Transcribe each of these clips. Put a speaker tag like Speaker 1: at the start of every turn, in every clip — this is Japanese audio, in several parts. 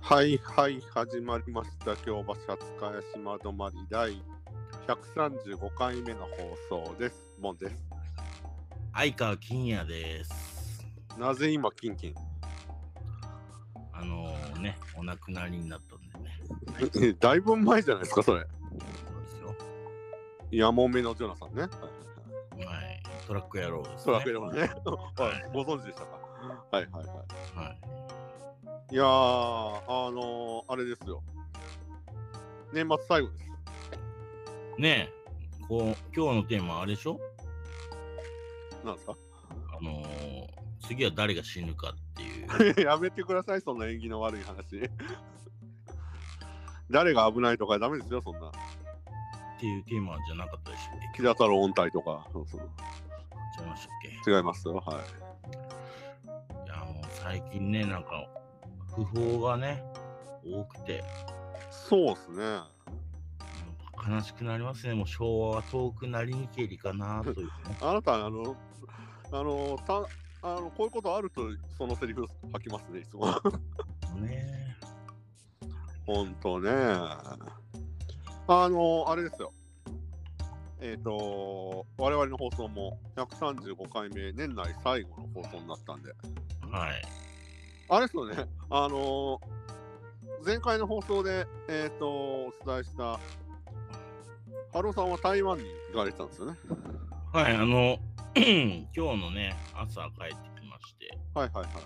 Speaker 1: はいはい始まりました京橋廿日屋島止まり第135回目の放送ですボンです
Speaker 2: 相川金也です。
Speaker 1: なぜ今キンキン
Speaker 2: あのね、お亡くなりになったんでね。
Speaker 1: だいぶ前じゃないですかそれ
Speaker 2: そうですよ。
Speaker 1: やもめのジョナさんね
Speaker 2: はい。トラック野郎です、ね。
Speaker 1: そらくよねはいご存知でしたかはいはいは
Speaker 2: はい。
Speaker 1: いいやーあのー、あれですよ年末最後です
Speaker 2: ねえ、こう、今日のテーマあれでしょ
Speaker 1: なんですか
Speaker 2: あのー、次は誰が死ぬかって いう。
Speaker 1: やめてくださいそんな縁起の悪い話 誰が危ないとかダメですよそんな
Speaker 2: っていうテーマじゃなかったでしたっ
Speaker 1: 木田太郎音体とかそうそう
Speaker 2: け違いましたっけい
Speaker 1: 違いますよ、は
Speaker 2: や、もう最近ね、なんか、不法がね、多くて、
Speaker 1: い。そうですね。
Speaker 2: なんか悲しくなりますね。もう昭和は遠くなりにけりかなという、ね。
Speaker 1: あなた、あの、あの、たあのこういうことあると、そのセリフ吐きますね、いつも。
Speaker 2: ね
Speaker 1: ほんとね。あの、あれですよ。えっ、と、我々の放送も135回目、年内最後の放送になったんで、
Speaker 2: はい。
Speaker 1: あれですよね、あの、前回の放送で、えっ、と、お伝えした、ハローさんは台湾に行かれてたんですよね。
Speaker 2: はい、あの、 今日のね、朝帰ってきまして、
Speaker 1: はいはいはいはい。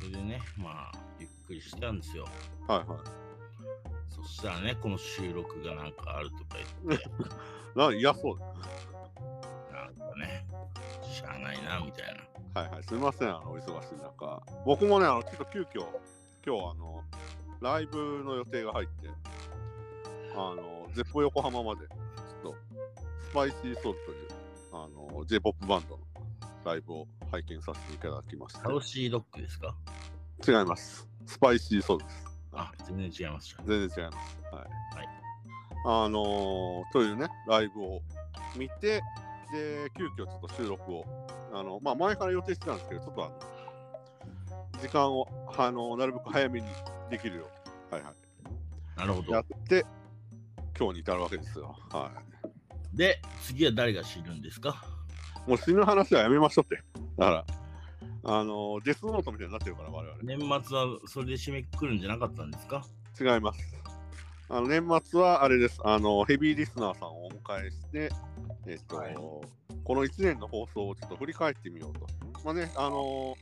Speaker 2: それでね、まあ、ゆっくりしたんですよ。
Speaker 1: はいはい。
Speaker 2: そしたらね、この収録がなんかあるとか言って、
Speaker 1: なん嫌そうだ。
Speaker 2: なんかね、しゃあないな、みたいな。
Speaker 1: はいはい、すみません、あのお忙しい中。僕もね、あのちょっと急遽、今日あの、ライブの予定が入って、あの、ゼップ横浜まで、ちょっと、スパイシーソルという、あの、J-POP バンドのライブを拝見させていただきまし
Speaker 2: サウシードッグですか
Speaker 1: た。違います。スパイシーソルです。
Speaker 2: あ、全然違いました。
Speaker 1: 全然違います。はい。
Speaker 2: はい
Speaker 1: あのーというね、ライブを見て、で、急遽ちょっと収録を、あの、まあ、前から予定してたんですけど、ちょっとあの、時間を、あのなるべく早めにできるよう、はいは
Speaker 2: なるほ
Speaker 1: い、や
Speaker 2: ど
Speaker 1: っ。て、今日に至るわけですよ。は
Speaker 2: で、次は誰が死ぬんですか
Speaker 1: い。もう死ぬ話はやめましょうって。だから、あのーデスノートみたいになってるから、我々。
Speaker 2: 年末はそれで締めくくるんじゃなかったんですか
Speaker 1: 違います。あの年末はあれです。あのヘビーリスナーさんをお迎えして、えっと、
Speaker 2: はい
Speaker 1: この1年の放送をちょっと振り返ってみようと。まあね、あの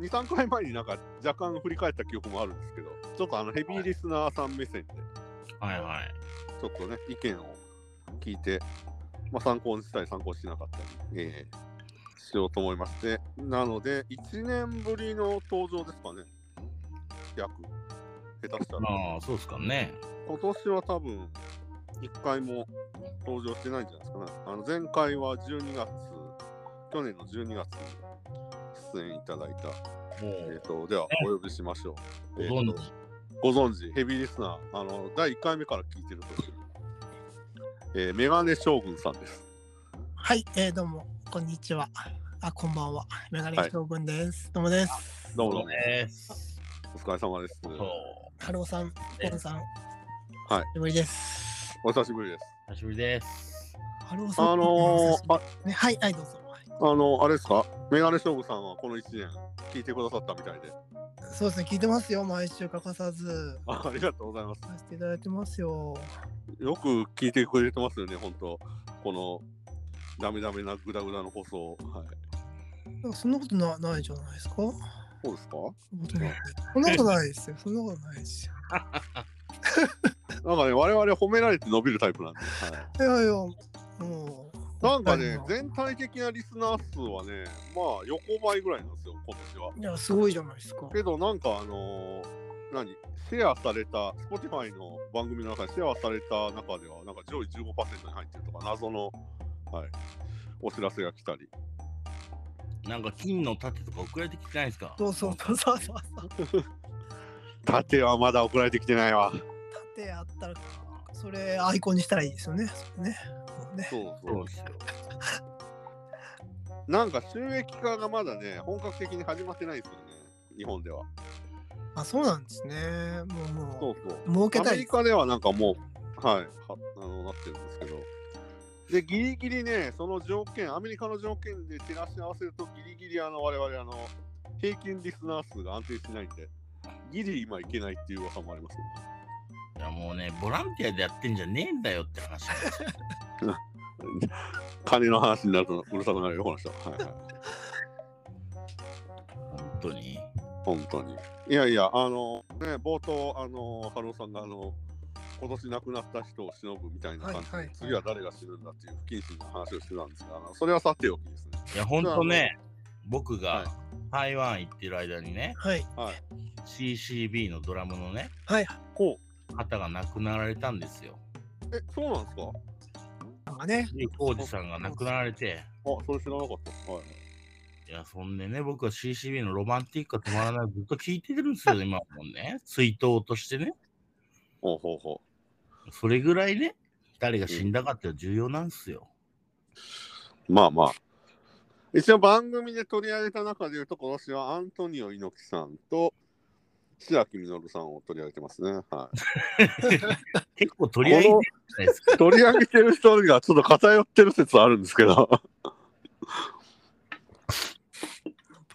Speaker 1: 2、3回前になんか若干振り返った記憶もあるんですけど、ちょっとあのヘビーリスナーさん目線で、
Speaker 2: はいはい。
Speaker 1: ちょっとね、意見を聞いて、まあ、参考にしたり、参考にしなかったり、えーしようと思いまして、なので、1年ぶりの登場ですかね、約、下手したら。
Speaker 2: ああ、そうですかね。
Speaker 1: 今年は多分1回も登場してないんじゃないですかね。あの前回は12月、去年の12月に出演いただいた、
Speaker 2: も
Speaker 1: えー、
Speaker 2: う、
Speaker 1: とではお呼びしましょう。
Speaker 2: ご
Speaker 1: えー
Speaker 2: 存
Speaker 1: と
Speaker 2: 知。
Speaker 1: ご存知、ヘビーリスナー、あの第1回目から聞いてるという、えーメガネ将軍さんです。
Speaker 3: はい、えー、どうも、こんにちは。あ、こんばんは。メガネ将軍です。どうもです。
Speaker 1: どう
Speaker 2: そ
Speaker 1: も
Speaker 2: う、です。
Speaker 1: お疲れ様です。
Speaker 2: そう。
Speaker 3: ハローさん、ポンさん。はい久しぶりです。
Speaker 1: お久しぶりです。
Speaker 2: 久しぶりです。
Speaker 3: ハローさん。
Speaker 1: あの ー、あ
Speaker 3: ね、はい、はい、どうぞ。はい
Speaker 1: あの、あれですか、メガネ将軍さんはこの1年、聞いてくださったみたいで、
Speaker 3: そうですね、聞いてますよ。毎週欠かさず。
Speaker 1: あありがとうございます。
Speaker 3: させていただいてますよ。
Speaker 1: よく聞いてくれてますよね、本当このダメダメなグダグダの放送。はい。
Speaker 3: なんかそんなことなないじゃないですか。そん
Speaker 1: そうですか
Speaker 3: なことないそんなことないですよ。そんなことないですよ。
Speaker 1: なんかね、我々褒められて伸びるタイプなんで。 はい
Speaker 3: やいや、もう。
Speaker 1: い、なんかね
Speaker 3: は、い
Speaker 1: 全体的なリスナー数はね、まあ横ばいぐらいなんですよ、今年は。
Speaker 3: いや、すごいじゃないですか。
Speaker 1: けどなんかあのー何シェアされた、Spotify の番組の中でシェアされた中では、なんか上位15%に入ってるとか、謎の、はい、お知らせが来たり。
Speaker 2: なんか金の盾とか送られてきてないですか
Speaker 3: そうそうそうそうそう。
Speaker 1: 盾はまだ送られてきてないわ。
Speaker 3: 盾あったら、それアイコンにしたらいいですよね。それね。もうね
Speaker 1: そうそう
Speaker 2: そうですよ。
Speaker 1: なんか収益化がまだね、本格的に始まってないですよね、日本では。
Speaker 3: あ、そうなんですね。もう、
Speaker 1: そ
Speaker 3: も
Speaker 1: うそう
Speaker 3: う、儲け
Speaker 1: ア
Speaker 3: た
Speaker 1: メ
Speaker 3: い
Speaker 1: リ。カではなんかもう、はい、はあのなってるんですけど、で、ギリギリね、その条件、アメリカの条件で照らし合わせると、ギリギリあの我々あの、平均リスナー数が安定しないんで、ギリ今いけないっていう噂もあります
Speaker 2: いやもうね、ボランティアでやってんじゃねえんだよって話なんですよ
Speaker 1: けど、金の話になるとうるさくなるよ、この人。はいはい、
Speaker 2: 本当に。
Speaker 1: 本当に。いやいや、あの、ね、冒頭、あの、ハローさんがあの、今年亡くなった人を偲ぶみたいな感じで、
Speaker 3: はいはいはい
Speaker 1: 次は誰が死ぬんだっていう不謹慎な話をしてたんですが、あのそれはさておきですね。
Speaker 2: いや、本当ね、僕
Speaker 1: は
Speaker 2: が台湾行ってる間にね、
Speaker 3: はい。
Speaker 2: CCB のドラムのね、
Speaker 3: はい。
Speaker 1: こう。
Speaker 2: 方が亡くなられたんですよ。
Speaker 1: え、そうなんですか
Speaker 3: なんかね。
Speaker 2: で浩二さんが亡くなられて、
Speaker 1: あ、それ知らなかった。はい。
Speaker 2: いや、そんでね、僕は CCB のロマンティックが止まらない、ずっと聞いてるんですよ、今もね。追悼としてね。
Speaker 1: ほうほうほ
Speaker 2: それぐらいね、誰が死んだかって重要なんですよ。
Speaker 1: う。まあまあ。一応番組で取り上げた中で言うと、今年はアントニオ猪木さんと白木稔さんを取り上げてますね。は
Speaker 2: 結構取
Speaker 1: い。
Speaker 2: り上げてる
Speaker 1: こ
Speaker 2: じゃないですか。
Speaker 1: の取り上げてる人がちょっと偏ってる説あるんですけど。
Speaker 3: やっ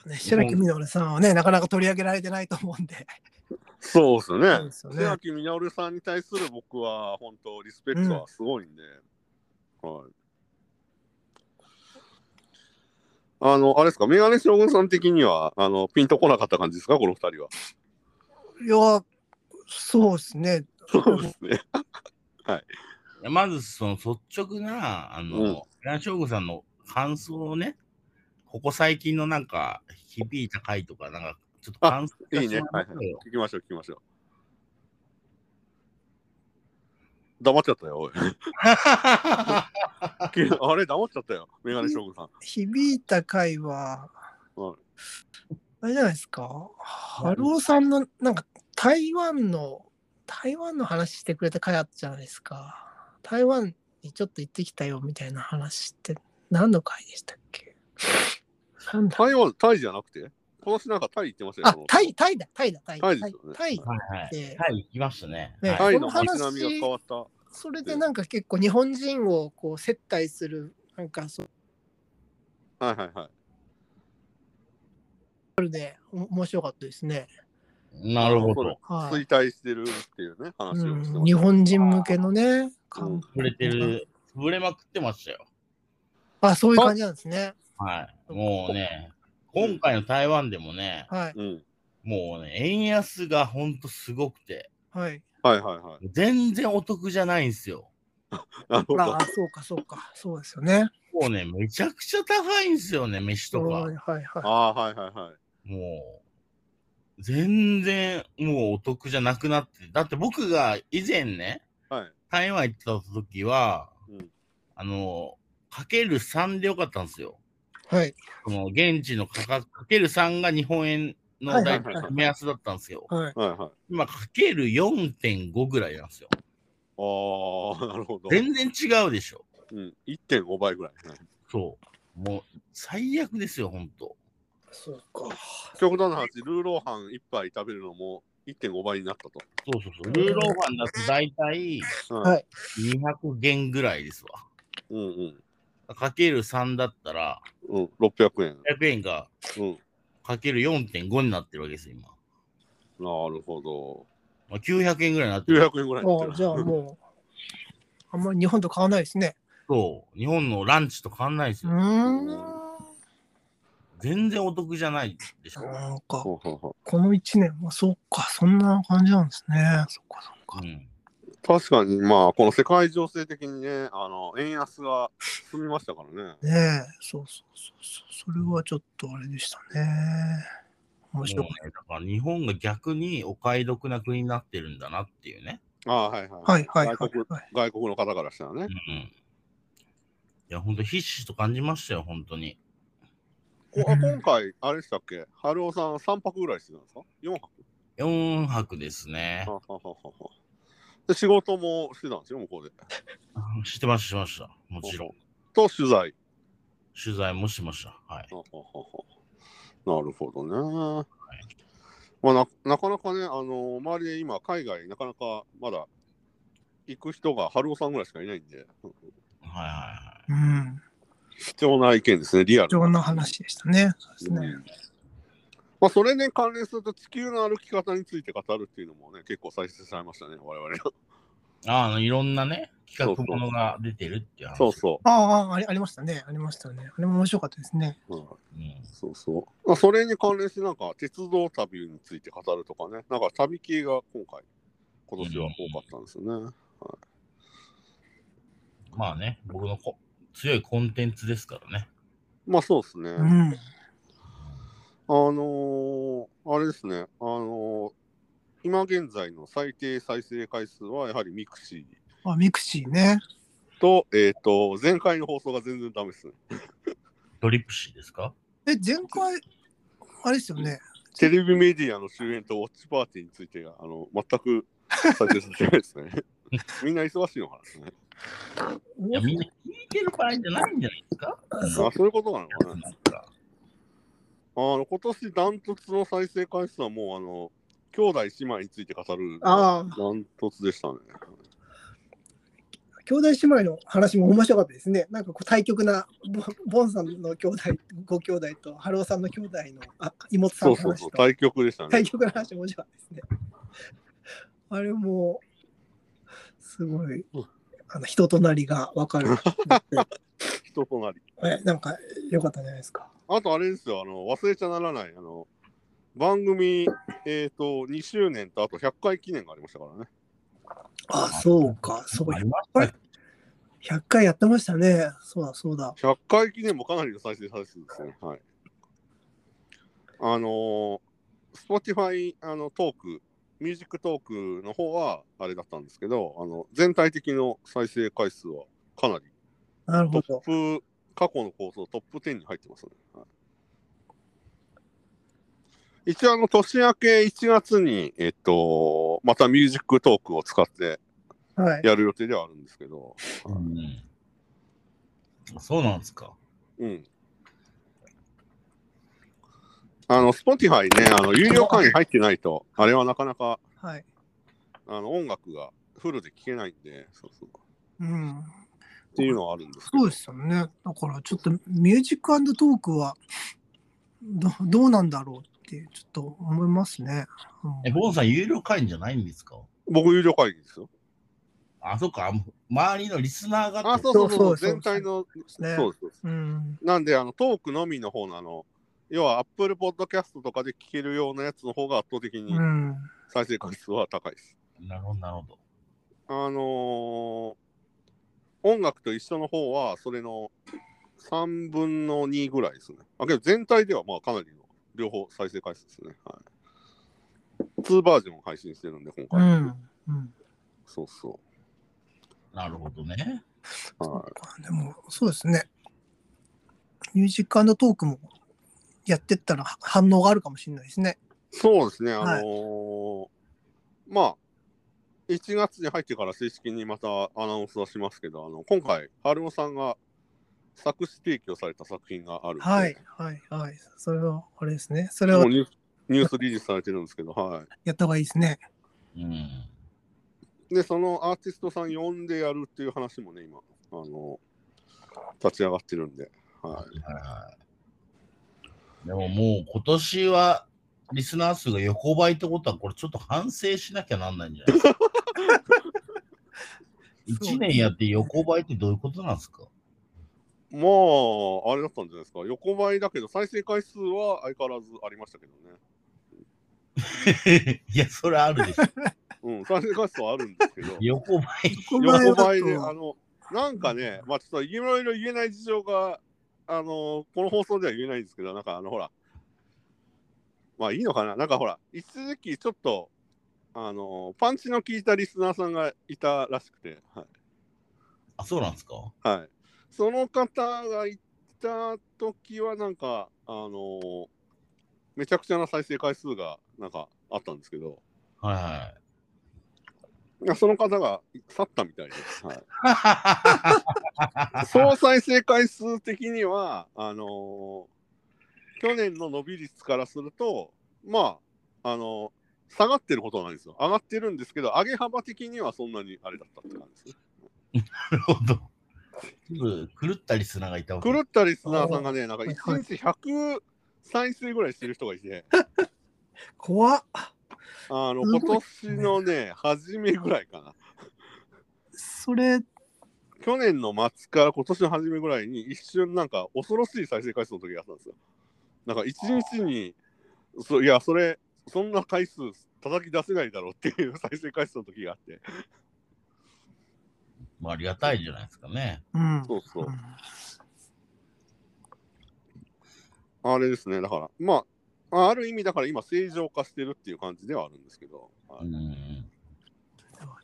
Speaker 3: ぱね、白木みのるさんはね、なかなか取り上げられてないと思うんで。
Speaker 1: そうですよ
Speaker 3: そう
Speaker 1: ね
Speaker 3: で。すよね
Speaker 1: 白木稔さんに対する僕は本当リスペクトはすごいんで。はい。あの、あれですか、メガネ将軍さん的には、あの、ピンとこなかった感じですか、この二人は。
Speaker 3: いや、そうですね。
Speaker 1: そうですね。
Speaker 2: いやまず、その率直な、あ
Speaker 1: うん
Speaker 2: の、平野翔吾さんの感想をね、ここ最近のなんか、響いた回とか、なんか、ちょっと感想
Speaker 1: いいね。はいはい。聞きましょう、聞きましょう。黙っちゃったよ、おい。
Speaker 2: は
Speaker 1: あれ、黙っちゃったよ、メガネ将軍さん。
Speaker 3: 響いた回は、
Speaker 1: はい
Speaker 3: あれじゃないですか。ハローさんの、なんか、台湾の、台湾の話してくれた回あったじゃないですか。台湾にちょっと行ってきたよみたいな話って、何の回でしたっけなんだ
Speaker 1: 台湾、タイじゃなくて今年なんかタイ行ってましたよ。
Speaker 3: あ
Speaker 1: この、人
Speaker 3: タイ、タイだ、タイだ、タイ。
Speaker 1: タイですよね
Speaker 3: タイ
Speaker 2: いはい。
Speaker 3: で
Speaker 2: はい、行きましたね。
Speaker 3: ね
Speaker 1: タ
Speaker 2: はい
Speaker 1: イの街並みが変わった。
Speaker 3: それでなんか結構日本人をこう接待する、なんかそう
Speaker 1: はいはいはい。
Speaker 3: で、お面白かったですね。
Speaker 2: なるほ
Speaker 1: そ
Speaker 2: ど
Speaker 1: れ。
Speaker 3: はい。
Speaker 1: 衰退してるっていうね、話をして
Speaker 3: う
Speaker 1: ま
Speaker 3: ん、
Speaker 1: し
Speaker 3: 日
Speaker 1: た。
Speaker 3: 本人向けのね、
Speaker 1: うん
Speaker 3: 感
Speaker 2: 潰れてる、潰れまくってましたよ。
Speaker 3: あそういう感じなんですね。
Speaker 2: はい。もうね、今回の台湾でもね、
Speaker 3: はい
Speaker 1: うん。
Speaker 2: もうね、円安がほんとすごくて、
Speaker 3: はい。
Speaker 1: はいはいはい。
Speaker 2: 全然お得じゃないんですよ。
Speaker 1: なるほ
Speaker 3: ま
Speaker 1: ど
Speaker 3: あ。そうかそうかそうですよね。
Speaker 2: もうね、めちゃくちゃ高いんですよね、飯とか
Speaker 3: はい。はいは
Speaker 1: ああー、はいはいはい。
Speaker 2: もう、全然もうお得じゃなくなって、だって僕が以前ね、
Speaker 1: はい。
Speaker 2: 台湾行ってた時は、
Speaker 1: うん
Speaker 2: あの、かける3でよかったんですよ。
Speaker 3: いはい
Speaker 2: その現地の価格かける3が日本円の
Speaker 3: はい
Speaker 1: はいは
Speaker 2: 大
Speaker 1: い
Speaker 2: 体目安だったんですよ。
Speaker 3: はい。
Speaker 1: はいはい。
Speaker 2: 今かける4.5ぐらいなんですよ。
Speaker 1: ああ、 なるほど。
Speaker 2: 全然違うでしょ。
Speaker 1: うん、1.5倍ぐらい。はい
Speaker 2: そう。もう最悪ですよ、ほんと。
Speaker 3: そうか。
Speaker 1: 極端な話、ルーローハン1杯食べるのも1.5倍になったと。
Speaker 2: そうそうそう。ルーローファンだと大体
Speaker 1: うん
Speaker 3: はい
Speaker 2: 200元ぐらいです
Speaker 1: うんうん。
Speaker 2: わ。かける3だったら、
Speaker 1: うん、600円。
Speaker 2: 100円が
Speaker 1: うん。
Speaker 2: かける4.5になってるわけですよ、今。
Speaker 1: なるほど。
Speaker 2: まあ、900円ぐらいになってる。
Speaker 1: 900円ぐらいになってる
Speaker 3: あじゃあもうあんまり日本と変わらないですね。
Speaker 2: そう。日本のランチと変わんないです
Speaker 3: うー
Speaker 2: よ。
Speaker 3: ん。
Speaker 2: 全然お得じゃないでしょ。
Speaker 3: なんか
Speaker 1: ほうほうほ
Speaker 3: この一年はそうかそんな感じなんですね。そっかそっか。
Speaker 2: うん。
Speaker 1: う確かに、まあ、この世界情勢的にね、あの円安が進みましたからね。
Speaker 3: ねえそうそうそうそうそれはちょっとあれでしたね。面白かっ
Speaker 2: もうねだから日本が逆にお買い得な国になってるんだなっていうね。
Speaker 1: ああ、はいはい。
Speaker 3: た。はいはいはい
Speaker 1: 外国
Speaker 3: はい。
Speaker 1: 外国の方からしたらね
Speaker 2: う。ん。いや、ほんと、ひしひしと感じましたよ、本当に。
Speaker 1: こあ今回、あれでしたっけ春尾さん3泊ぐらいしてたんですか ?4 泊
Speaker 2: 4泊ですね。
Speaker 1: はははははで仕事もしてたんですよ、向こうで。
Speaker 2: 知ってました、知ってました。もちろん。
Speaker 1: と取材。
Speaker 2: 取材もしました。はい。
Speaker 1: ははははなるほどね。まあ、ななかなかね、あの周りで今、海外、なかなかまだ行く人が春尾さんぐらいしかいないんで、うん
Speaker 2: はいは
Speaker 3: うん。
Speaker 1: 貴重な意見ですね、リアル
Speaker 3: 貴重な話でしたね。そうですね。
Speaker 1: まあ、それに関連すると地球の歩き方について語るっていうのもね、結構再生されましたね、我々。
Speaker 2: い。ああの、いろんなね、企画ものが出てるっていう話。
Speaker 1: そうそ
Speaker 3: あああり、ありましたね。ありましたね。あれも面白かったですね。
Speaker 1: う。うん、
Speaker 2: うん
Speaker 1: そうそう。まあ、それに関連して、なんか、鉄道旅について語るとかね、なんか旅系が今回、今年は多かったんですよね。
Speaker 2: まあね、僕のこ強いコンテンツですからね。
Speaker 1: まあ、そうですね。
Speaker 3: う
Speaker 1: あ
Speaker 3: ん。
Speaker 1: のーあれですね、あのー今現在の最低再生回数は、やはりミクシー
Speaker 3: あ、ミクシーね。
Speaker 1: と、えっ、と、前回の放送が全然ダメですね。
Speaker 2: ドリプシーですか
Speaker 3: え、前回、あれですよね。
Speaker 1: テレビメディアの周辺とウォッチパーティーについてがあの全く再生されてないです ね。みんな忙しいのかな、ね、
Speaker 2: いや、みんな聞いてる場合じゃないんじゃないですか
Speaker 1: あそういうことなのかな。
Speaker 2: なんか
Speaker 1: あの今年ダントツの再生回数はもうあの兄弟姉妹について語るダ
Speaker 3: ああ、
Speaker 1: ントツでしたね。
Speaker 3: 兄弟姉妹の話も面白かったですね。なんかこう対極な、ボボンさんの兄弟、ご兄弟と、ハローさんの兄弟の、あ、妹さん
Speaker 1: そ
Speaker 3: の
Speaker 1: うそうそ
Speaker 3: 話
Speaker 1: う、
Speaker 3: と、
Speaker 1: 対局でしたね
Speaker 3: 対。極な話面白かったですね。あれも、すごい、あの人となりがわかる。
Speaker 1: 人となり。
Speaker 3: え、なんか良かったんじゃないですか。
Speaker 1: あとあれですよ、あの忘れちゃならない、あの番組、えっと2周年とあと100回記念がありましたからね。
Speaker 3: あ、そうか、そう
Speaker 2: ありま
Speaker 3: こ
Speaker 2: す
Speaker 3: れ
Speaker 2: ね。
Speaker 3: 100回やってましたね。そうだ、そうだ。
Speaker 1: 100回記念もかなりの再生回数ですね。はい。あのー、Spotify あのトーク、ミュージックトークの方はあれだったんですけど、あの全体的の再生回数はかなり
Speaker 3: なる
Speaker 1: ト
Speaker 3: ほど。
Speaker 1: ップ、過去の放送トップ10に入ってますね。はい、一応、あの、年明け1月に、えっと、またミュージックトークを使って
Speaker 3: はい。
Speaker 1: やる予定ではあるんですけど、
Speaker 2: うんそうなんですか。
Speaker 1: うん。あの、Spotify ね、あの、有料会員入ってないと、あれはなかなか、
Speaker 3: はい。
Speaker 1: あの、音楽がフルで聴けないんで、そうそう。
Speaker 3: うん。
Speaker 1: っていうのはあるんですけど
Speaker 3: そうですよね。だからちょっとミュージックトークはどどうなんだろうってちょっと思いますね。うん
Speaker 2: え、ボンさん、有料会員じゃないんですか
Speaker 1: 僕、有料会員ですよ。
Speaker 2: あ、そっか。周りのリスナーがって。
Speaker 1: あ、そうそうそう、
Speaker 3: そうそうそう
Speaker 1: 全体の、
Speaker 3: すね
Speaker 1: そうですそうです。
Speaker 3: うん。
Speaker 1: なんで、あの、トークのみの方の、あの、要は Apple Podcast とかで聴けるようなやつの方が圧倒的に
Speaker 3: うん。
Speaker 1: 再生回数は高いです。
Speaker 2: なるほど、なるほど。
Speaker 1: あのー音楽と一緒の方は、それの3分の2ぐらいですね。あけど全体ではまあかなりの両方再生回数ですね。はい、2バージョンを配信してるんで、今
Speaker 3: う
Speaker 1: 回。
Speaker 3: ん。うん、
Speaker 1: そうそ
Speaker 2: なるほどね。
Speaker 1: う。は
Speaker 3: でもそうですね。ミュージックトークもやってったら反応があるかもしれないですね。
Speaker 1: い、そうですね、あの
Speaker 3: はい
Speaker 1: ーまあ、1月に入ってから正式にまたアナウンスはしますけど、あの今回、春尾さんが作詞提供された作品があるんで、
Speaker 3: はいはいはい。それはあれですね。それ
Speaker 1: もう
Speaker 3: を
Speaker 1: ニュースニュースリリースされてるんですけど、はい。
Speaker 3: やった方がいいですね。
Speaker 2: うん。
Speaker 1: で、そのアーティストさん呼んでやるっていう話もね、今、あの、立ち上がってるんで、はい。
Speaker 2: はいはい。でももう今年は、リスナー数が横ばいってことは、これちょっと反省しなきゃなんない んじゃないですか。1年やって横ばいってどういうことなん ですか
Speaker 1: まあ、あれだったんじゃないですか。横ばいだけど、再生回数は相変わらずありましたけどね。
Speaker 2: いや、それあるでしょ。、
Speaker 1: うん、再生回数はあるんですけど
Speaker 2: 横ばい。
Speaker 3: 横
Speaker 1: 横
Speaker 3: だ
Speaker 1: ばいで、あ
Speaker 3: と
Speaker 1: の、なんかね、まあちょっといろいろ言えない事情が、あの、この放送では言えないんですけど、なんかあの、ほら、まあいいのかな、なんかほら、一時期ちょっと、あの、パンチの効いたリスナーさんがいたらしくて、はい。
Speaker 2: あ、そうなんですか
Speaker 1: はい。その方が行った時は、なんか、あのーめちゃくちゃな再生回数が、なんか、あったんですけど、
Speaker 2: はいはい。
Speaker 1: その方が去ったみたいです。はい、
Speaker 2: う
Speaker 1: 総再生回数的には、あのー去年の伸び率からすると、まあ、あの、下がってることはないんですよ。上がってるんですけど、上げ幅的にはそんなにあれだったって感じです。
Speaker 2: なるほど。ちょっと狂ったリスナーがいたわけ
Speaker 1: 狂ったリスナーさんがね、なんか
Speaker 3: はい
Speaker 1: 1
Speaker 3: はい
Speaker 1: 日100再生ぐらいしてる人がいて、
Speaker 3: 怖っ。
Speaker 1: あの、
Speaker 3: すごい
Speaker 1: 今年のね、初めぐらいかな。
Speaker 3: それ、
Speaker 1: 去年の末から今年の初めぐらいに一瞬なんか恐ろしい再生回数の時があったんですよ。なんか一日にそいやそれそんな回数叩き出せないだろうっていう再生回数の時があって
Speaker 2: まあ、ありがたいじゃないですかね。
Speaker 3: うん。
Speaker 1: そうそう
Speaker 3: うん
Speaker 1: あれですねだからまああある意味だから今正常化してるっていう感じではあるんですけど、は
Speaker 2: う
Speaker 1: い
Speaker 2: ん。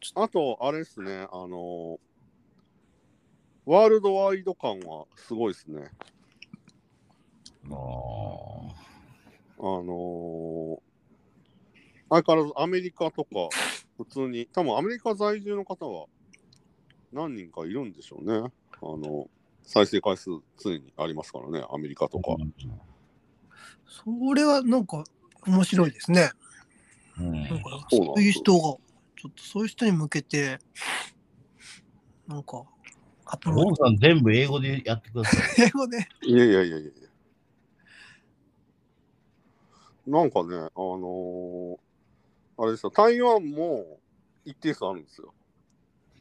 Speaker 3: ちょっ
Speaker 1: あとあれですねあのワールドワイド感はすごいですね
Speaker 2: まあ
Speaker 1: あのー相変わらずアメリカとか、普通に、多分アメリカ在住の方は何人かいるんでしょうね。あの、再生回数ついにありますからね、アメリカとか。
Speaker 3: とそれはなんか面白いですね。
Speaker 2: うん
Speaker 3: なんか
Speaker 1: そうなん
Speaker 3: そういう人が、ちょっとそういう人に向けて、なんか、アプロ
Speaker 2: ゴ
Speaker 3: ー
Speaker 2: ンさん、全部英語でやってください。
Speaker 3: チ。英語で。
Speaker 1: いやいやいやいやいや。なんかね、あのーあれですよ、台湾も一定数あるんですよ。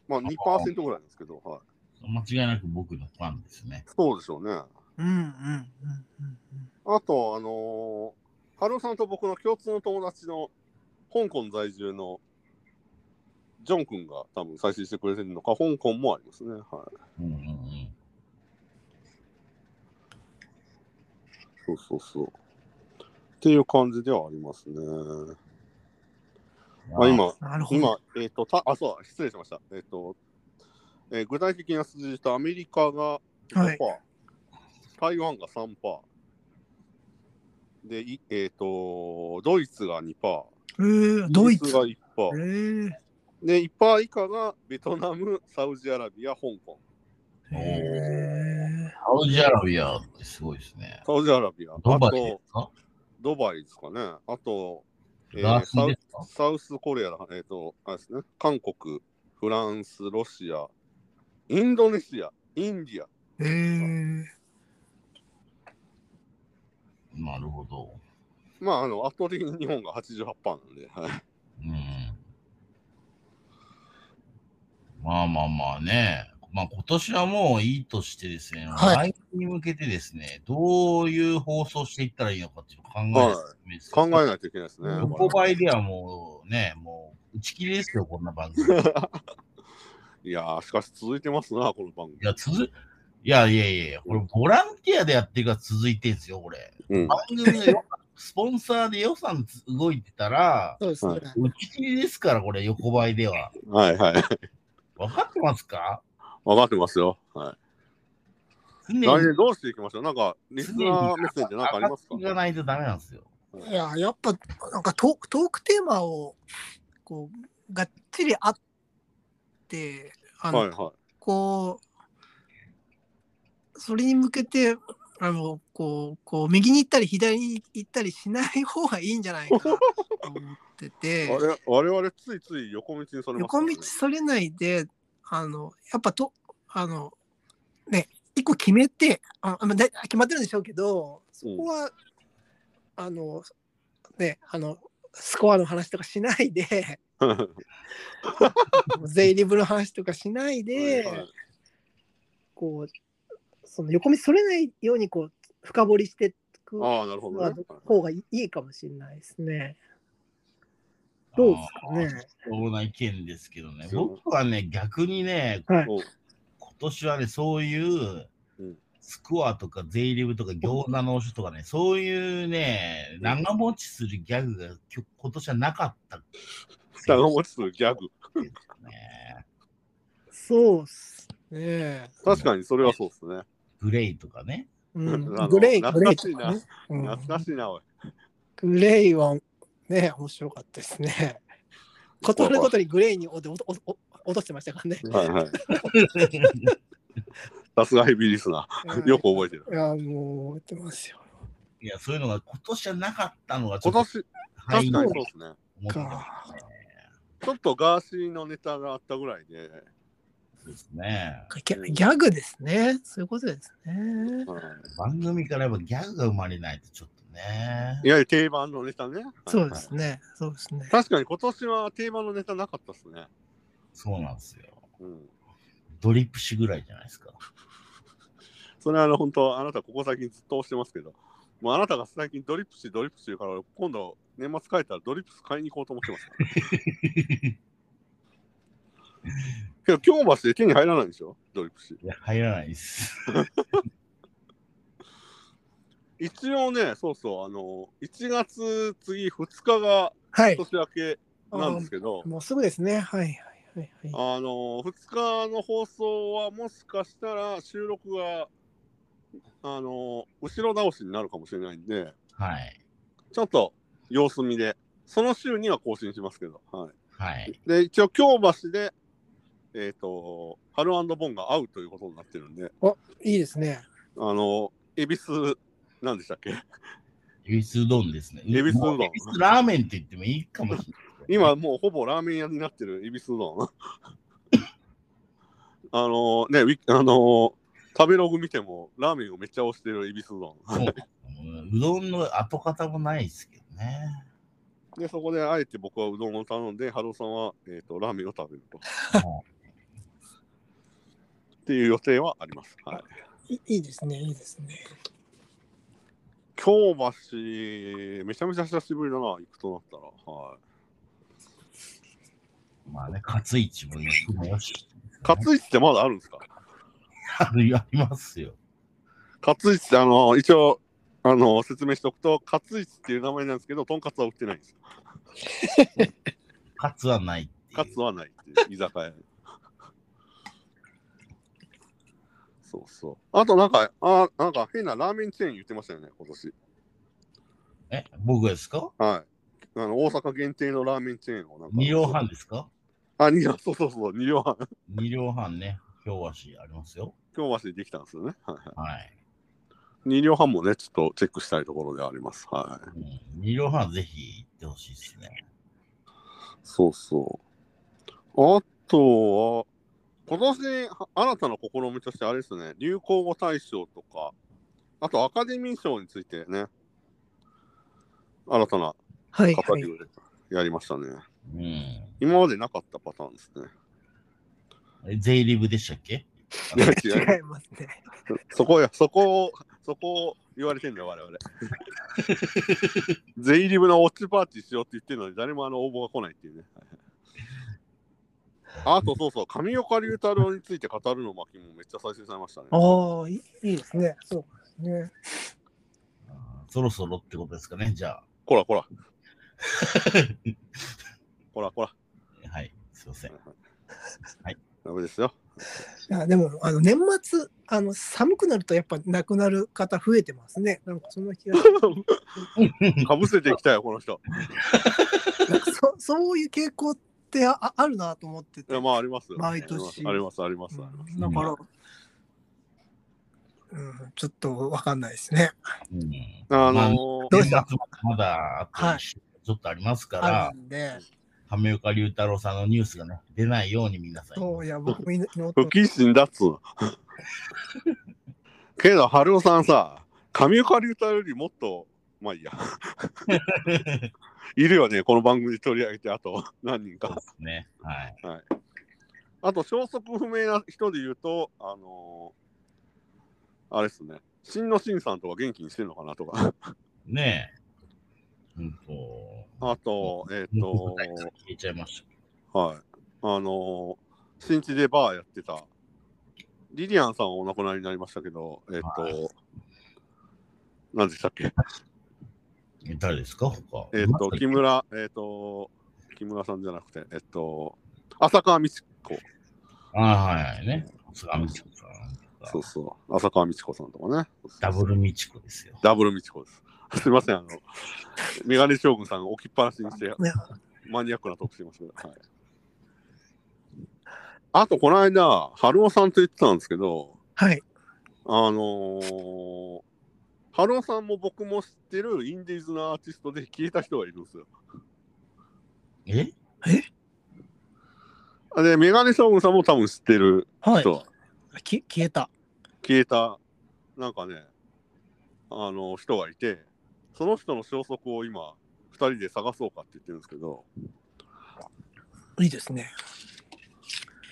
Speaker 1: まあ2%ぐらいなんですけど、はい。
Speaker 2: 間違いなく僕のファンですね。
Speaker 1: そうでしょうね。
Speaker 3: うんうんうんうんうん。
Speaker 1: あと、あのー、ハローさんと僕の共通の友達の香港在住のジョン君が多分再生してくれてるのか、香港もありますね。はい。
Speaker 2: うんうんうん。
Speaker 1: そうそうそう。っていう感じではありますね。あ今、
Speaker 3: なるほど。
Speaker 1: 今、えっ、と、た、あ、そう、失礼しました。えっ、と、えー具体的な数字とアメリカが5%、
Speaker 3: はい
Speaker 1: 台湾が3%、で、いえっ、と、ドイツが2%、
Speaker 3: えー、ドイツ。
Speaker 1: が1%、
Speaker 3: えー、
Speaker 1: で、1パー以下がベトナム、サウジアラビア、香港。
Speaker 2: おー
Speaker 3: え
Speaker 2: サウジアラビアってすごいですね。
Speaker 1: サウジアラビア。あ
Speaker 2: ドバイで
Speaker 1: と、
Speaker 2: すか
Speaker 1: ドバイですかね。あと、えー
Speaker 2: ガース
Speaker 1: サウ
Speaker 2: ですか
Speaker 1: サウスコリアだ、えっ、と、あれですね。韓国、フランス、ロシア、インドネシア、インディア。
Speaker 3: ー、えー、
Speaker 2: なるほど。
Speaker 1: まあ、あの、圧倒的に日本が88%なんで、はい。
Speaker 2: うん。まあまあまあね。まあ今年はもういいとしてですね、
Speaker 3: は
Speaker 2: 来年に向けてですね、どういう放送していったらいいのかっていうのを考える
Speaker 1: は
Speaker 2: べきですよ
Speaker 1: 考えないといけないです ね。
Speaker 2: 横ばいではもうね、もう打ち切りですよ、こんな番組。い
Speaker 1: いやー、しかし続いてますな、この番組。
Speaker 2: や、続いやいやいやいや、これボランティアでやってるから続いてるんですよ、これ。
Speaker 1: うん。
Speaker 2: 番組の予算 スポンサーで予算つ動いてたら、
Speaker 3: そうですね。
Speaker 2: 打ち切りですから、これ、横ばいでは。
Speaker 1: はいはい。
Speaker 2: 分かってますか
Speaker 1: わかってますよ。はい。
Speaker 2: 常に
Speaker 1: 来年どうしていきましょうなんか、リスナー目線で何かありますか
Speaker 2: 上がないとダメなんですよ。
Speaker 3: いや、やっぱ、なんかトーク、トークテーマを、こう、がっちりあって、あの、
Speaker 1: はいはい。
Speaker 3: こう、それに向けて、あの、こう、こう右に行ったり左に行ったりしない方がいいんじゃないかなと思ってて。
Speaker 1: あれ我々ついつい横道にそれました
Speaker 3: 横
Speaker 1: ね、
Speaker 3: 道それないで、あの、やっぱと、あの、ね、一個決めて、ああまあだ決まってるんでしょうけど、そこは、あの、ね、あの、スコアの話とかしないで、 税理部の話とかしないで、
Speaker 1: はいはい
Speaker 3: こう、その横道それないように、こう、深掘りしていく
Speaker 1: ああ、なるほどね。
Speaker 3: 方がいいかもしれないですね。どうですかね。
Speaker 2: あー貴重な意見ですけどね。
Speaker 1: そう
Speaker 2: 僕はね、逆にね、
Speaker 3: はい。
Speaker 1: お
Speaker 2: 今年はね、そういう
Speaker 1: うん
Speaker 2: スコアとか税理部とか餃子の種とかね、そういうね、長持ちするギャグがきょ今年はなかった、ね。
Speaker 1: 長持ちするギャグ。
Speaker 3: そうっすね。
Speaker 1: 確かにそれはそうですね。
Speaker 2: グレイとかね。
Speaker 1: あ
Speaker 3: うん
Speaker 1: の
Speaker 3: グレイ、グ
Speaker 1: 懐
Speaker 3: レイ
Speaker 1: かしい
Speaker 3: と
Speaker 1: な
Speaker 3: かね、うん
Speaker 1: 懐かしいな、おい。
Speaker 3: グレイはね、面白かったですね。ことあることにグレイにおでおおお落としてましたからね。
Speaker 1: はいはい。さすがヘビーリスナー。よく覚えてる。
Speaker 3: いや、もう、言ってますよ。
Speaker 2: いや、そういうのが今年はなかったのがちょ
Speaker 1: 今
Speaker 2: っと
Speaker 1: 年、確かに
Speaker 2: 入
Speaker 1: そう
Speaker 2: ろう
Speaker 1: ですね。
Speaker 2: と思ってた
Speaker 3: か
Speaker 1: ちょっとガーシーのネタがあったぐらいで、
Speaker 2: そうですね。
Speaker 3: ギャギャグですね。そういうことですね。
Speaker 1: はい
Speaker 2: 番組からやっぱギャグが生まれないとちょっとね。
Speaker 1: いわゆる定番のネタね。
Speaker 3: そうですね。そうですね。
Speaker 1: 確かに今年は定番のネタなかったですね。
Speaker 2: そうなんですよ。
Speaker 1: うん。
Speaker 2: ドリップシぐらいじゃないですか。
Speaker 1: それはあの本当、あなたここ最近ずっと押してますけど、もうあなたが最近ドリップしドリップしてるから、今度年末帰ったらドリップス買いに行こうと思ってますから。けど、京橋で手に入らないでしょ、ドリップし。
Speaker 2: いや、入らないです。
Speaker 1: 一応ね、そうそう、あの、1月次2日が
Speaker 3: はい。
Speaker 1: 年明けなんですけど、
Speaker 3: もうすぐですね。はいはいはいはい。
Speaker 1: あの2日の放送はもしかしたら収録があの後ろ倒しになるかもしれないんで、
Speaker 2: はい。
Speaker 1: ちょっと様子見で、その週には更新しますけど、は
Speaker 2: はい。
Speaker 1: い、で一応、京橋で、えっとハルボンが合うということになってるんで、
Speaker 3: いいですね。
Speaker 1: あの恵比寿、なんでしたっけ、
Speaker 2: エビスうどんですね。
Speaker 1: 恵比寿うどん
Speaker 2: もエビスラーメンって言ってもいいかもしれない。
Speaker 1: 今もうほぼラーメン屋になってる恵比寿うどん。 あのね、ウィあの食べログ見ても、ラーメンをめっちゃ推してる恵比寿うどん。
Speaker 2: そううんうどんの跡形もないですけどね。
Speaker 1: で、そこであえて僕はうどんを頼んで、ハローさんは、えー、とラーメンを食べると。っていう予定はあります。はい、
Speaker 3: いいいですね。いいですね。
Speaker 1: 京橋、めちゃめちゃ久しぶりだな、行くとなったら。はい、
Speaker 2: まあね、カツイチも行くもよし。
Speaker 1: カツイチってまだあるんですか
Speaker 2: あるありますよ。
Speaker 1: カツイチって、あの、一応、あの、説明しておくと、カツイチっていう名前なんですけど、とんかつは売ってないんですよ。
Speaker 2: カツはないっていう
Speaker 1: カツはないっていう、居酒屋に。そうそう。あとなんか、あなんか変なラーメンチェーン言ってましたよね、今年。
Speaker 2: え、僕ですか
Speaker 1: はい。あの大阪限定のラーメンチェーンをなんか。
Speaker 2: 二両。半ですか
Speaker 1: あ、二両、そうそうそう、二両半。
Speaker 2: 二両半ね、京橋ありますよ。
Speaker 1: 京橋でできたんですよね。はいはい。
Speaker 2: はい。
Speaker 1: 二両半もね、ちょっとチェックしたいところではあります。はい。
Speaker 2: うん二両半ぜひ行ってほしいですね。
Speaker 1: そうそう。あとは、今年は新たな試みとしてあれですね、流行語大賞とか、あとアカデミー賞についてね、新たな
Speaker 3: はい、
Speaker 1: カ
Speaker 3: は
Speaker 1: テ
Speaker 3: い
Speaker 1: ゴ。リーでやりましたね。
Speaker 2: うん。
Speaker 1: 今までなかったパターンですね。
Speaker 2: え税理部でしたっけ
Speaker 1: いや 違う
Speaker 3: 違いますね。
Speaker 1: そこや、そこを、そこを言われてんだよ、我々。全員リブのウォッチパーティーしようって言ってるのに、誰もあの応募が来ないっていうね。あと、そうそう、上岡龍太郎について語るの巻もめっちゃ再生されましたね。
Speaker 3: ああ、いいいいですね。そうですね。
Speaker 2: あーそろそろってことですかね、じゃあ。
Speaker 1: こらこ ら。こらこら。
Speaker 2: はい、すいません。
Speaker 1: ダメですよ。
Speaker 3: いやでもあの年末あの寒くなるとやっぱ亡くなる方増えてますね。なんかそんな気が
Speaker 1: かぶせてきたよ、この人。
Speaker 3: そそういう傾向ってあああるなと思って
Speaker 1: い
Speaker 3: て。
Speaker 1: やまあ、ありますよ。
Speaker 3: 毎年
Speaker 1: あります、あります。あります
Speaker 3: うんだから、うん、ちょっとわかんないですね。
Speaker 2: うん、
Speaker 1: あの
Speaker 2: ま
Speaker 1: ー
Speaker 3: どうした
Speaker 2: 年末まだあと
Speaker 3: はい
Speaker 2: 一週ちょっとありますから、
Speaker 3: あるんで、
Speaker 2: 亀岡龍太郎さんのニュースがね、出ないように皆さん。
Speaker 3: そういや僕も祈祈って
Speaker 1: 不謹慎だっつうのけど、春尾さんさ、上岡龍太郎よりもっと、まあいいや。いるよね、この番組で取り上げて、あと何人
Speaker 2: そう
Speaker 1: か
Speaker 2: で。すね。はい。
Speaker 1: あと、消息不明な人で言うと、あのーあれですね、新野真さんとか元気にしてるのかなとか、
Speaker 2: ねえ。うんと。
Speaker 1: あと、えっ、
Speaker 2: も
Speaker 1: と
Speaker 2: う答えが消えちゃいましたけ
Speaker 1: はい、あのー新地でバーやってた、リリアンさんはお亡くなりになりましたけど、えっ、
Speaker 2: は
Speaker 1: と、何でしたっけ
Speaker 2: ど。え誰ですか他。
Speaker 1: えっ、と、木村、えっ、と、木村さんじゃなくて、えっ、と、浅川美智子。
Speaker 2: あはいはいね。菅美智子さん。
Speaker 1: そうそう。浅川美智子さんとかね。
Speaker 2: ダブル美智子ですよ。
Speaker 1: ダブル美智子です。 すいません、あの、メガネ将軍さんが置きっぱなしにして、
Speaker 3: ね
Speaker 1: マニアックな特集ますけど。はい。あと、この間、春尾さんと言ってたんですけど、
Speaker 3: はい。
Speaker 1: あのー、ハローさんも僕も知ってるインディーズのアーティストで消えた人がいるんですよ。
Speaker 2: え
Speaker 1: あで、メガネ将軍さんも多分知ってる
Speaker 3: はい。
Speaker 1: 人、
Speaker 3: き消えた。
Speaker 1: 消えた、なんかね、あの、人がいて、その人の消息を今、2人で探そうかって言ってるんですけど、
Speaker 3: いいですね。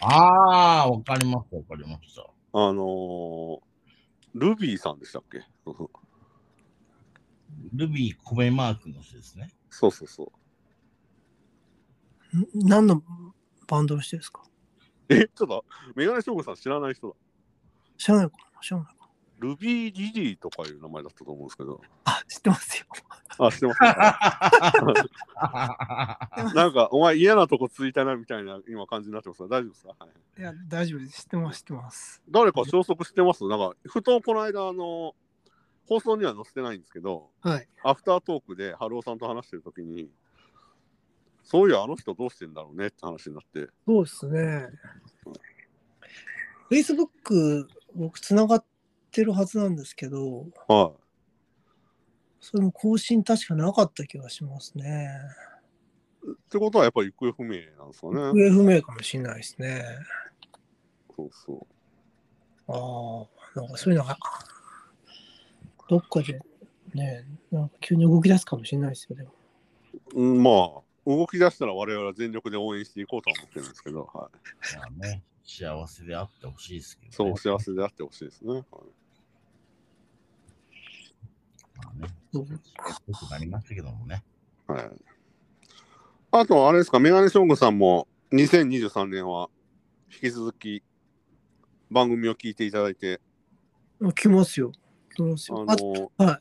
Speaker 2: ああ、わかりました、わかりました。
Speaker 1: あのールビーさんでしたっけ
Speaker 2: ルビー、米マークの人ですね。
Speaker 1: そうそうそう。
Speaker 3: ん何のバンドの人ですか
Speaker 1: え、ちょっと、メガネ将軍さん知らない人だ。
Speaker 3: 知らないかな知らないかな
Speaker 1: ルビー・ジジーとかいう名前だったと思うんですけど。
Speaker 3: あ、知ってますよ。
Speaker 1: あ、知ってますかなんか、お前嫌なとこついたなみたいな今感じになってますが、大丈夫ですか、はい、
Speaker 3: いや、大丈夫です。知ってます、知ってます。
Speaker 1: 誰か消息してますなんか、ふとこの間、あの、放送には載せてないんですけど、
Speaker 3: はい。
Speaker 1: アフタートークで春尾さんと話してるときに、そういうあの人どうしてんだろうねって話になって、
Speaker 3: そうですね。Facebook、僕、つながってるはずなんですけど、
Speaker 1: は
Speaker 3: それも更新確かなかった気がしますね。
Speaker 1: い。ってことはやっぱり行方不明なんですか
Speaker 3: 行
Speaker 1: ね。
Speaker 3: 方不明かもしれないですね。
Speaker 1: そうそう。
Speaker 3: ああ、なんかそういうのが、どっかでね、なんか急に動き出すかもしれないですよ、でも。
Speaker 1: うん、まあ、動き出したら我々は全力で応援していこうとは思ってるんですけど、は
Speaker 2: まあね、幸せであってほしいですけ
Speaker 1: い、
Speaker 2: ど、ね。
Speaker 1: そう幸せであってほしいですね。はい
Speaker 2: まあね。
Speaker 3: そう
Speaker 2: よくなりましたけどもね。
Speaker 1: はい、あと、あれですか、メガネ将軍さんも2023年は引き続き番組を聞いていただいて、
Speaker 3: あ来ますよ。来ます
Speaker 1: あ
Speaker 3: よ
Speaker 1: の。
Speaker 3: あはい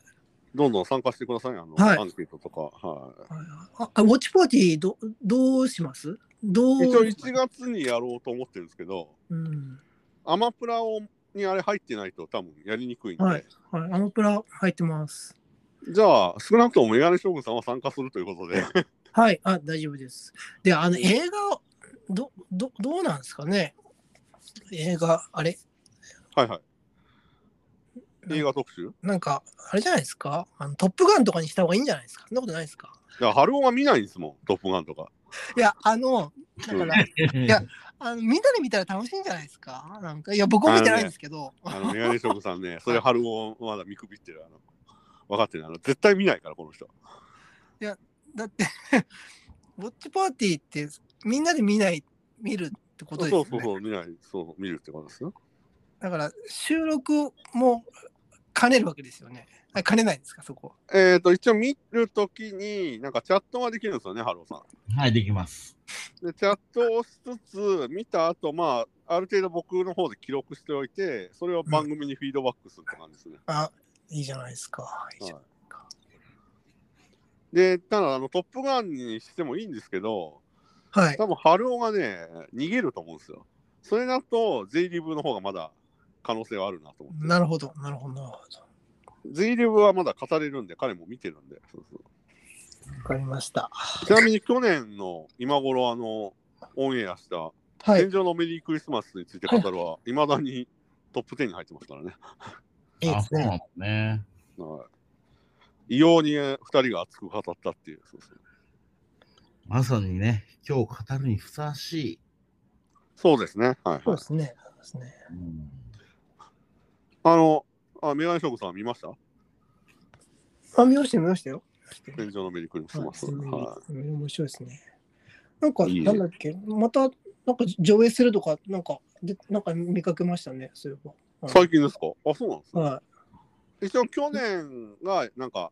Speaker 1: どんどん参加してください、あの、
Speaker 3: はい
Speaker 1: アンケートとか。は
Speaker 3: ああウォッチパーティーど、どうしますどう
Speaker 1: い、一応1月にやろうと思ってるんですけど、
Speaker 3: うん。
Speaker 1: アマプラをにあれ入ってないと多分やりにくいんで、
Speaker 3: はいはい、アマプラ入ってます。
Speaker 1: じゃあ少なくともメガネ将軍さんは参加するということで、
Speaker 3: はい、あ、大丈夫です。で、あの、映画、ど、ど、どうなんですかね映画、あれ
Speaker 1: はいはい。映画特集
Speaker 3: なんか、あれじゃないですかあのトップガンとかにした方がいいんじゃないですかそんなことないですか
Speaker 1: いや、春尾が見ないんですもん、トップガンとか。
Speaker 3: いや、あの、だから、
Speaker 2: い
Speaker 3: や、あのみんなで見たら楽しいんじゃないですかなんか、いや、僕も見てないんですけど、
Speaker 1: あの、メガネ将軍さん ね、それ春尾まだ見くびってる、あの、分かってる、あの、絶対見ないから、この人。
Speaker 3: だって、ウォッチパーティーって、みんなで見ない、見るってこと
Speaker 1: そう
Speaker 3: ですよ
Speaker 1: そうそう、
Speaker 3: ね。
Speaker 1: 見ない、そう、見るってことですよ。
Speaker 3: だから、収録も兼ねるわけですよね。あ兼ねないんですか、そこ。
Speaker 1: えっ、ー、と、一応見るときに、なんかチャットができるんですよね、春尾さ
Speaker 2: はい、できます。
Speaker 1: ん。で、チャットをしつつ、見た後、まあ、ある程度僕の方で記録しておいて、それを番組にフィードバックするって感じですね。
Speaker 3: あ、いいじゃないですか。いいじゃん
Speaker 1: はい、で、ただ、あの、トップガンにしてもいいんですけど、
Speaker 3: はい。
Speaker 1: 多分春尾がね、逃げると思うんですよ。それだと、ゼイリブの方がまだ可能性はあるなと思って。
Speaker 3: なるほど、なるほど、なるほど。
Speaker 1: ゼイリブはまだ語れるんで、彼も見てるんで。そうそう
Speaker 3: わかりました。
Speaker 1: ちなみに去年の今頃、あの、オンエアした、
Speaker 3: は
Speaker 1: 天
Speaker 3: い。
Speaker 1: 井のメリークリスマスについて語るは、いまだにトップ10に入ってますからね。
Speaker 3: いいで
Speaker 2: あ、
Speaker 3: す
Speaker 2: そう
Speaker 3: ね。
Speaker 2: なんですね。
Speaker 1: はい、異様に2人が熱く語ったっていう。そうそう
Speaker 2: まさにね、今日語るにふさわしい。
Speaker 1: そうですね。はい、
Speaker 3: そ
Speaker 1: は
Speaker 3: う
Speaker 1: い
Speaker 3: で。すね。そうですね。
Speaker 2: うん
Speaker 1: あの、あメガネショコさん見ました
Speaker 3: あ、見ましたよ、見ましたよ。
Speaker 1: 天井のメリークリスマス。は
Speaker 3: はい、面白いですね。なんか、
Speaker 1: いい
Speaker 3: なんだっけ、また、なんか上映するとか、なんか、でなんか見かけましたね、そういえば。
Speaker 1: い、最近ですかあ、そうなんですね。
Speaker 3: は
Speaker 1: 一応去年がなんか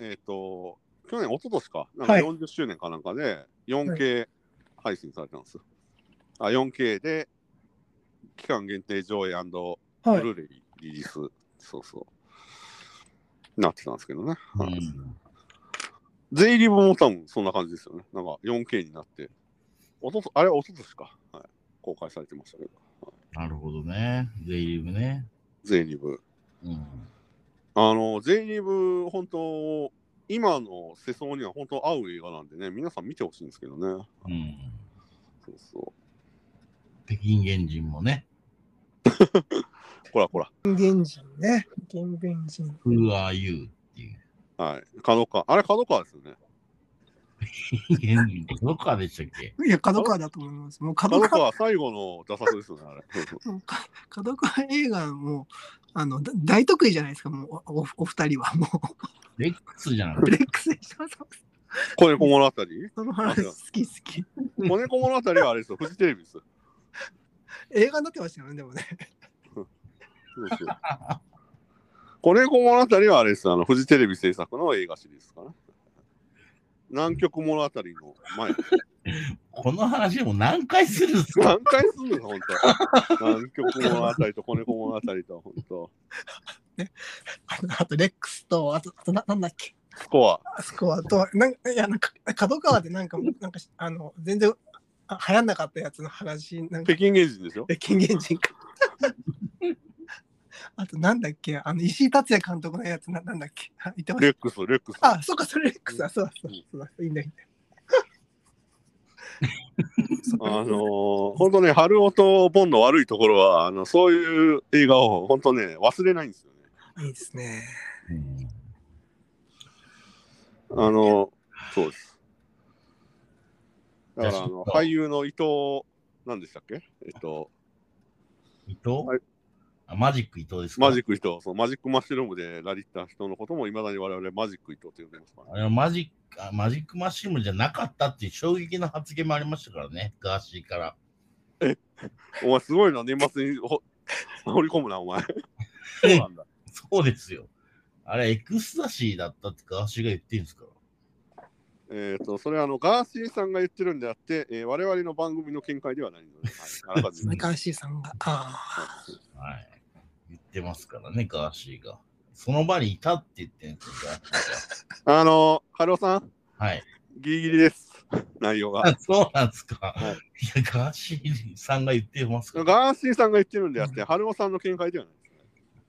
Speaker 1: えっ、と去年一昨年かなんか
Speaker 3: はい
Speaker 1: 40周年かなんかで 4K 配信されたんですよ、あ 4K で期間限定上映ブ
Speaker 3: い。はい。
Speaker 1: ルーレイリリース、そうそうなってたんですけどね、
Speaker 2: う
Speaker 1: はい
Speaker 2: ん
Speaker 1: 税理部も多分そんな感じですよねなんか 4K になっておととあれは一昨年か、はい、公開されてましたけど
Speaker 2: なるほどね。ゼイリブね。
Speaker 1: 税理部
Speaker 2: うん
Speaker 1: あの税理部本当今の世相には本当合う映画なんでね皆さん見てほしいんですけどね
Speaker 2: うん
Speaker 1: そうそ
Speaker 2: 北京原人もね。
Speaker 1: う。ほらほら。
Speaker 3: 人間人ね。人間人。
Speaker 2: Who are you? っていう。
Speaker 1: はい。角川。あれ、角川ですよね。
Speaker 2: どこかでしたっけ
Speaker 3: いや、角川だと思います。もう角
Speaker 1: 角
Speaker 3: 川、
Speaker 1: 川、最後の打作ですよね、あれ。そうそう
Speaker 3: 角川映画もう、あの、だ大得意じゃないですか、もう、おおお二人は。もう、
Speaker 2: レックスじゃなく
Speaker 3: ブ
Speaker 2: て。
Speaker 3: レックスでしょ。そう
Speaker 1: 子猫物語子
Speaker 3: その話、好き好き。
Speaker 1: 猫物語はあれですよ、フジテレビですよ。映
Speaker 3: 映画になってましたよね、でもね。
Speaker 1: そうそう。子猫物語はあれですよ、あの、フジテレビ制作の映画シリーズかな。南極物語の前。
Speaker 2: この話も何回するんですか
Speaker 1: 何回すんの本当。南極物語と子猫物語と、本当。
Speaker 3: あと、あとレックスと、あと、あとななんだっけ。
Speaker 1: スコア。
Speaker 3: あそこはと、なんか、いや、なんか、角川でなんか、なんか、あの、全然あ流行んなかったやつの話、 なんか
Speaker 1: 北、京芸人でしょ
Speaker 3: え金源人か。 あと、なんだっけ、あの、石井達也監督のやつ、ななんだっけ、あ言ってまし
Speaker 1: レックス、レックス。
Speaker 3: た。あ、そうか、それレックスだ、そうだそうだそうだ、いいんだ、いいんだ。
Speaker 1: あのー、本当ね、春尾とボンの悪いところは、あのそういう映画を本当ね、忘れないんですよね。
Speaker 3: いいですね。
Speaker 2: うん
Speaker 1: あのそうです。だか
Speaker 2: いや
Speaker 1: ら、
Speaker 2: そ
Speaker 1: あ
Speaker 2: っ
Speaker 1: の
Speaker 2: か
Speaker 1: 俳優の伊藤、なんでしたっけえっと、
Speaker 2: 伊藤
Speaker 1: はい
Speaker 2: あマジック伊藤ですか
Speaker 1: マジック伊藤、そうマジックマッシュルームでラリった人のことも、いまだに我々マジック伊藤って呼んでますからね。
Speaker 2: あれはマジックあマジックマシームじゃなかったっていう衝撃の発言もありましたからね、ガーシー から。
Speaker 1: お前、すごいな、年末にほ放り込むな、お前。そうなんだ。
Speaker 2: そうですよ。あれ、エクスタシーだったってガーシーが言ってるんですから。
Speaker 1: えっと、それはあの、ガーシーさんが言ってるんであって、えー我々の番組の見解ではないので、はい、あらか じめ。
Speaker 3: 高橋さんが、あ
Speaker 2: はい。言ってますからね、ガーシーが。その場にいたって言ってるんですよ、ガーシー
Speaker 1: あのー、春尾さん、
Speaker 2: が。はい。
Speaker 1: ギリギリです。 内容が。
Speaker 2: あ そうなんですか。
Speaker 1: い
Speaker 2: いや、ガーシーさんが言ってますから。
Speaker 1: ガーシーさんが言ってるんであって、春尾さんの見解ではないですね。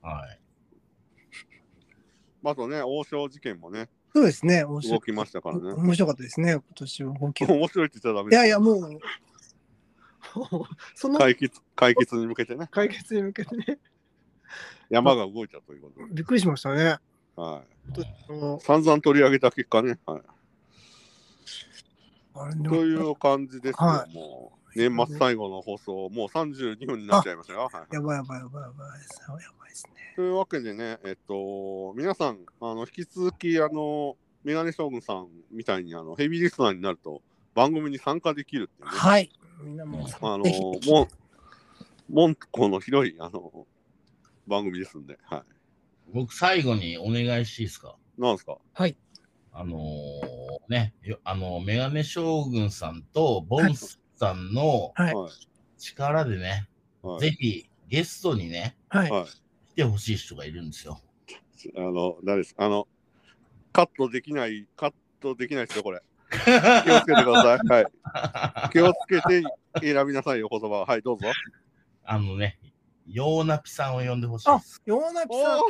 Speaker 2: はい。
Speaker 1: まああとね、王将事件もね、
Speaker 3: あ、そうですね、面白
Speaker 1: 動
Speaker 3: い。
Speaker 1: きましたからね。
Speaker 3: 面白かったですね、今年は動きが。い
Speaker 1: 面白いって言っちゃダメで
Speaker 3: や
Speaker 1: す。
Speaker 3: いや、もう、 その
Speaker 1: 解決解決に向けてね、
Speaker 3: 解決に向けてね、
Speaker 1: 山が動いたということで、
Speaker 3: びっくりしましたね。
Speaker 1: は
Speaker 3: あの
Speaker 1: い、散々取り上げた結果ね、はい、
Speaker 3: あれね
Speaker 1: という感じですけ
Speaker 3: は
Speaker 1: ども、年末最後の放送、もう32分になっちゃいましたよ。はい
Speaker 3: やばいやばいやばいやばいです。やばいですね。
Speaker 1: というわけでね、えっと、皆さん、あの引き続き、あの、メガネ将軍さんみたいにあのヘビーリスナーになると、番組に参加できるっていうね。
Speaker 3: はい。みんなもう、
Speaker 1: あの
Speaker 3: ぜひぜひ
Speaker 1: もう、門戸の広い、あの、番組ですんで、は
Speaker 2: 僕、最後にお願いしていいですか
Speaker 1: い。なんですか
Speaker 2: あのーね、よあのメガネ将軍さんとボンスさんの
Speaker 3: はい
Speaker 1: はい
Speaker 2: 力でね、
Speaker 1: はい
Speaker 2: ぜひゲストにね、
Speaker 3: はい。
Speaker 1: はい
Speaker 2: 来てほしい人がいるんですよ。
Speaker 1: あの、誰ですあの、カットできない、カットできないですよ、こ れ。気をつけてください。はい。気をつけて選びなさいよ、言葉は。はい、どうぞ。
Speaker 2: あのね、ヨーナピさんを呼んでほしい
Speaker 3: あ
Speaker 2: です。、
Speaker 3: ヨーナピさん、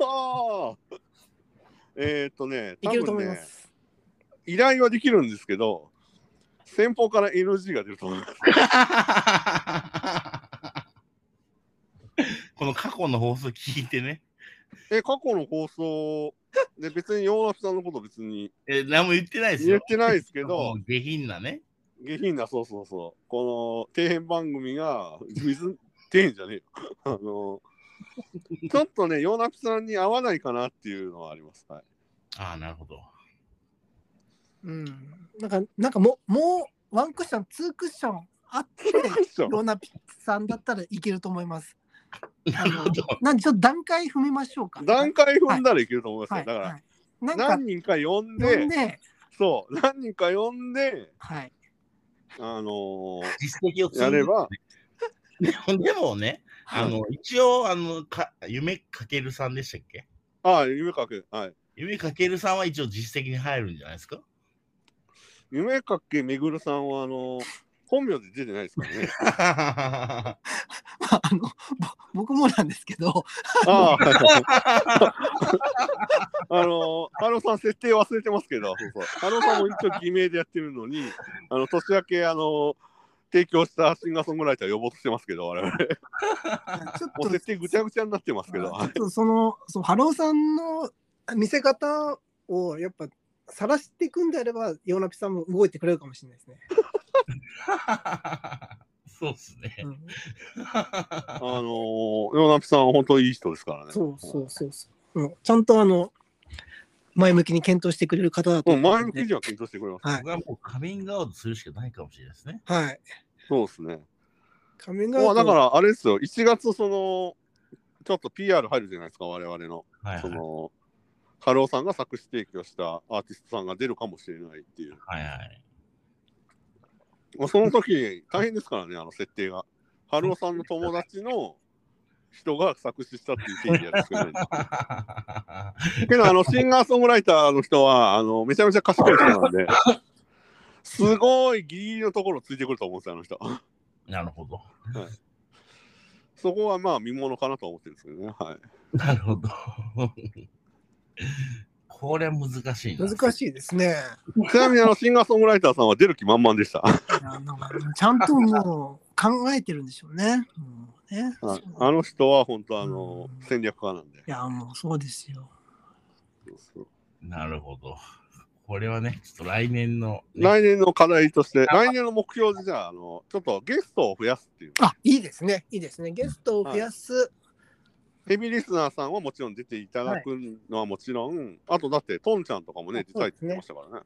Speaker 1: おーえーっとね、
Speaker 3: い
Speaker 1: 多
Speaker 3: けると
Speaker 1: 分
Speaker 3: 思いま
Speaker 1: ね、
Speaker 3: す。
Speaker 1: 依頼はできるんですけど、先方から NG が出ると思います。
Speaker 2: この過去の放送聞いてね、
Speaker 1: え、過去の放送で別にヨーナスさんのこと別に
Speaker 2: え何も言ってないです
Speaker 1: 言っ
Speaker 2: よ。
Speaker 1: てないですけど
Speaker 2: も、う下品なね。
Speaker 1: 下品な、そうそうそう。この底辺番組が、水、底辺じゃねえよ。 あの、ちょっとね、ヨナピさんに合わないかなっていうのはあります。はい。
Speaker 2: ああ、なるほど。
Speaker 3: うん。なんか、なんかもう、もう、ワンクッション、ツークッションあって、
Speaker 1: ショ
Speaker 3: ヨ
Speaker 1: ン
Speaker 3: ーナピさんだったらいけると思 います。
Speaker 2: なるほど。
Speaker 3: なんで、ちょっと段階踏みましょうか。
Speaker 1: 段階踏んだらいけると思いますよ。
Speaker 3: はい、
Speaker 1: だから、
Speaker 3: はい。なんか、
Speaker 1: 何人か呼ん
Speaker 3: 呼
Speaker 1: で
Speaker 3: んで、
Speaker 1: そう、何人か呼んで、
Speaker 3: はい。
Speaker 1: あの
Speaker 2: 実績を
Speaker 1: ー
Speaker 2: 積
Speaker 1: や
Speaker 2: んで
Speaker 1: れば、
Speaker 2: で もね、あの、一応、あの、か夢かけるさんでしたっけ
Speaker 1: ああ、夢かけ、はい。
Speaker 2: 夢かけるさんは一応実績に入るんじゃないです か
Speaker 1: 夢かけめぐるさんは、あのー本名で出てないですからね。
Speaker 3: ま あ、あの、ぼ僕もなんです けど、
Speaker 1: ああ、はいあのー、ハローさん設定忘れてますけど、そうそうハローさんも一応偽名でやってるのに、あの、年明け、あのー提供したシンガーソングライター呼ぼうとしてますけど、我々。
Speaker 3: ちょっ
Speaker 1: もう設定ぐちゃぐちゃになってますけど
Speaker 3: ちょ。っとそのそうハローさんの見せ方をやっぱ晒していくんであればヨナピさんも動いてくれるかもしれないですね。
Speaker 2: そうっすね。
Speaker 3: うん
Speaker 1: あのー、ヨナピさんは本当いい人ですからね。
Speaker 3: そうそうそうそう、うん。ちゃんとあの前向きに検討してくれる方だと
Speaker 1: もう
Speaker 3: 思う
Speaker 1: 前
Speaker 3: ん
Speaker 1: 向き
Speaker 3: で。
Speaker 1: には検討してくれます。
Speaker 3: はい
Speaker 2: 僕はもうカミングアウトするしかないかもしれないですね。
Speaker 3: はい。
Speaker 1: そうですね。
Speaker 3: 仮面が
Speaker 1: まあだから、あれですよ、1月、その、ちょっと PR 入るじゃないですか、我々の。
Speaker 2: はいはい
Speaker 1: そ。の、ハローさんが作詞提供したアーティストさんが出るかもしれないっていう。
Speaker 2: はいはい。
Speaker 1: まあ、その時、大変ですからね、あの設定が。ハローさんの友達の人が作詞したっていう経緯やるしかない。 けど、あの、シンガーソングライターの人は、あの、めちゃめちゃ賢い人なんで、すごいギリギリのところをついてくると思うんですよ、あの人。
Speaker 2: なるほど。
Speaker 1: そこはまあ見ものかなと思ってるんですけどね。はい。
Speaker 2: なるほど。これ難しいな。
Speaker 3: 難しいですね。
Speaker 1: ちなみにあのシンガーソングライターさんは出る気満々でした。
Speaker 3: いやなんかちゃんともう考えてるんでしょうね。もうね
Speaker 1: はい
Speaker 3: そう
Speaker 1: あの人は本当あの
Speaker 3: うん
Speaker 1: 戦略家なんで。
Speaker 3: いやもうそうですよ。
Speaker 2: なるほど。これはね、ちょっと来年のね、
Speaker 1: 来年の課題として、来年の目標でじゃあ、あのちょっとゲストを増やすっていう。
Speaker 3: あいいですね。いいですね。ゲストを増やす。
Speaker 1: ヘビーリスナーさんはもちろん出ていただくのはもちろん、あとだってトンちゃんとかもね、出たいって言ってましたからね。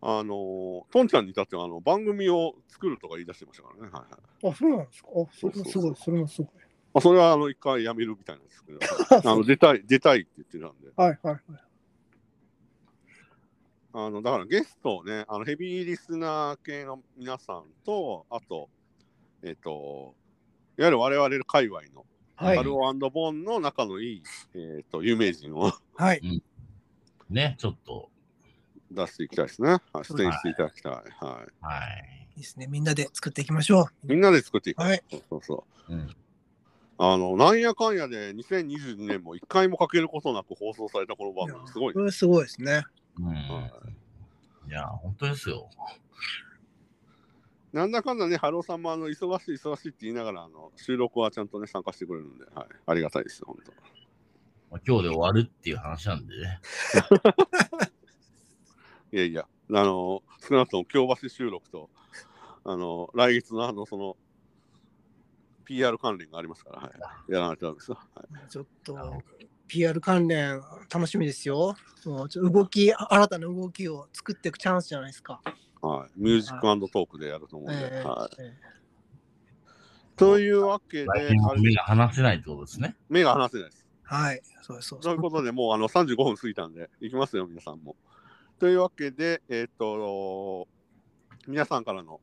Speaker 1: あのトンちゃんに至ってはあの番組を作るとか言い出してましたからね。はいはい
Speaker 3: あ、そうなんですか。あ、
Speaker 1: そ
Speaker 3: そ
Speaker 1: れ
Speaker 3: れ
Speaker 1: も
Speaker 3: も
Speaker 1: す
Speaker 3: す
Speaker 1: ご
Speaker 3: ご
Speaker 1: い
Speaker 3: い、それもすごい。
Speaker 1: まあ、それはあの一回やめるみたいなんです けど、あの出たい、出たいって言ってたんで。
Speaker 3: はいはいはい。
Speaker 1: あのだからゲストをね、あのヘビーリスナー系の皆さんと、あと、えっ、と、いわゆる我々の界隈の、
Speaker 2: はい
Speaker 1: ハローボンの仲のいい、えっと有名人を
Speaker 3: はい。
Speaker 2: ね、ちょっと、
Speaker 1: 出していきたいですね。はい出演していただきたい。はい。
Speaker 2: はい。
Speaker 3: いいですね。みんなで作っていきましょ
Speaker 1: みんなで作っていく。
Speaker 3: う。はい。
Speaker 1: そうそうそう。
Speaker 2: うん
Speaker 1: あの、なんやかんやで2022年も一回もかけることなく放送されたこの番組、すごい
Speaker 3: こ。れすごいですね。
Speaker 2: うんいや、本当ですよ。
Speaker 1: なんだかんだね、ハローさんもあの忙しい、忙しいって言いながら、あの収録はちゃんとね、参加してくれるんで、はい、ありがたいです、本当。
Speaker 2: まあ今日で終わるっていう話なんでね。
Speaker 1: いやいや、あの、少なくとも京橋収録と、あの、来月のあの、その、PR 関連がありますから、はい、やらないとダメですよ。はい
Speaker 3: ちょっと PR 関連楽しみですよ。もうちょ動き、新たな動きを作っていくチャンスじゃないですか。
Speaker 1: はい、ミュージックトークでやると思うんで。
Speaker 3: ええ
Speaker 1: はい、というわけで、
Speaker 2: 来年
Speaker 1: あ
Speaker 2: も目
Speaker 1: れ
Speaker 2: が離せないってことですね。
Speaker 1: 目が離せないです。
Speaker 3: はい。そうですそう
Speaker 1: という
Speaker 3: です。
Speaker 1: ことで、もうあの35分過ぎたんで、いきますよ、皆さんも。というわけで、えーっ、と、皆さんからの、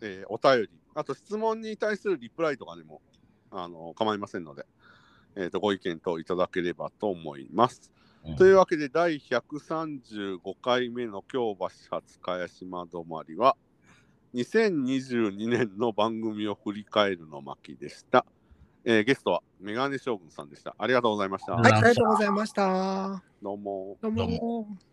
Speaker 1: えーお便り、あと質問に対するリプライとかでもあの構いませんので、えーっと、ご意見等いただければと思います。
Speaker 2: うん
Speaker 1: というわけで、第135回目の京橋初茅島止まりは、2022年の番組を振り返るの巻でした。えーゲストはメガネ将軍さんでした。ありがとうございました。
Speaker 2: は
Speaker 3: はい、ありがとうございました。
Speaker 1: どうも。
Speaker 3: どう
Speaker 2: どう
Speaker 3: も。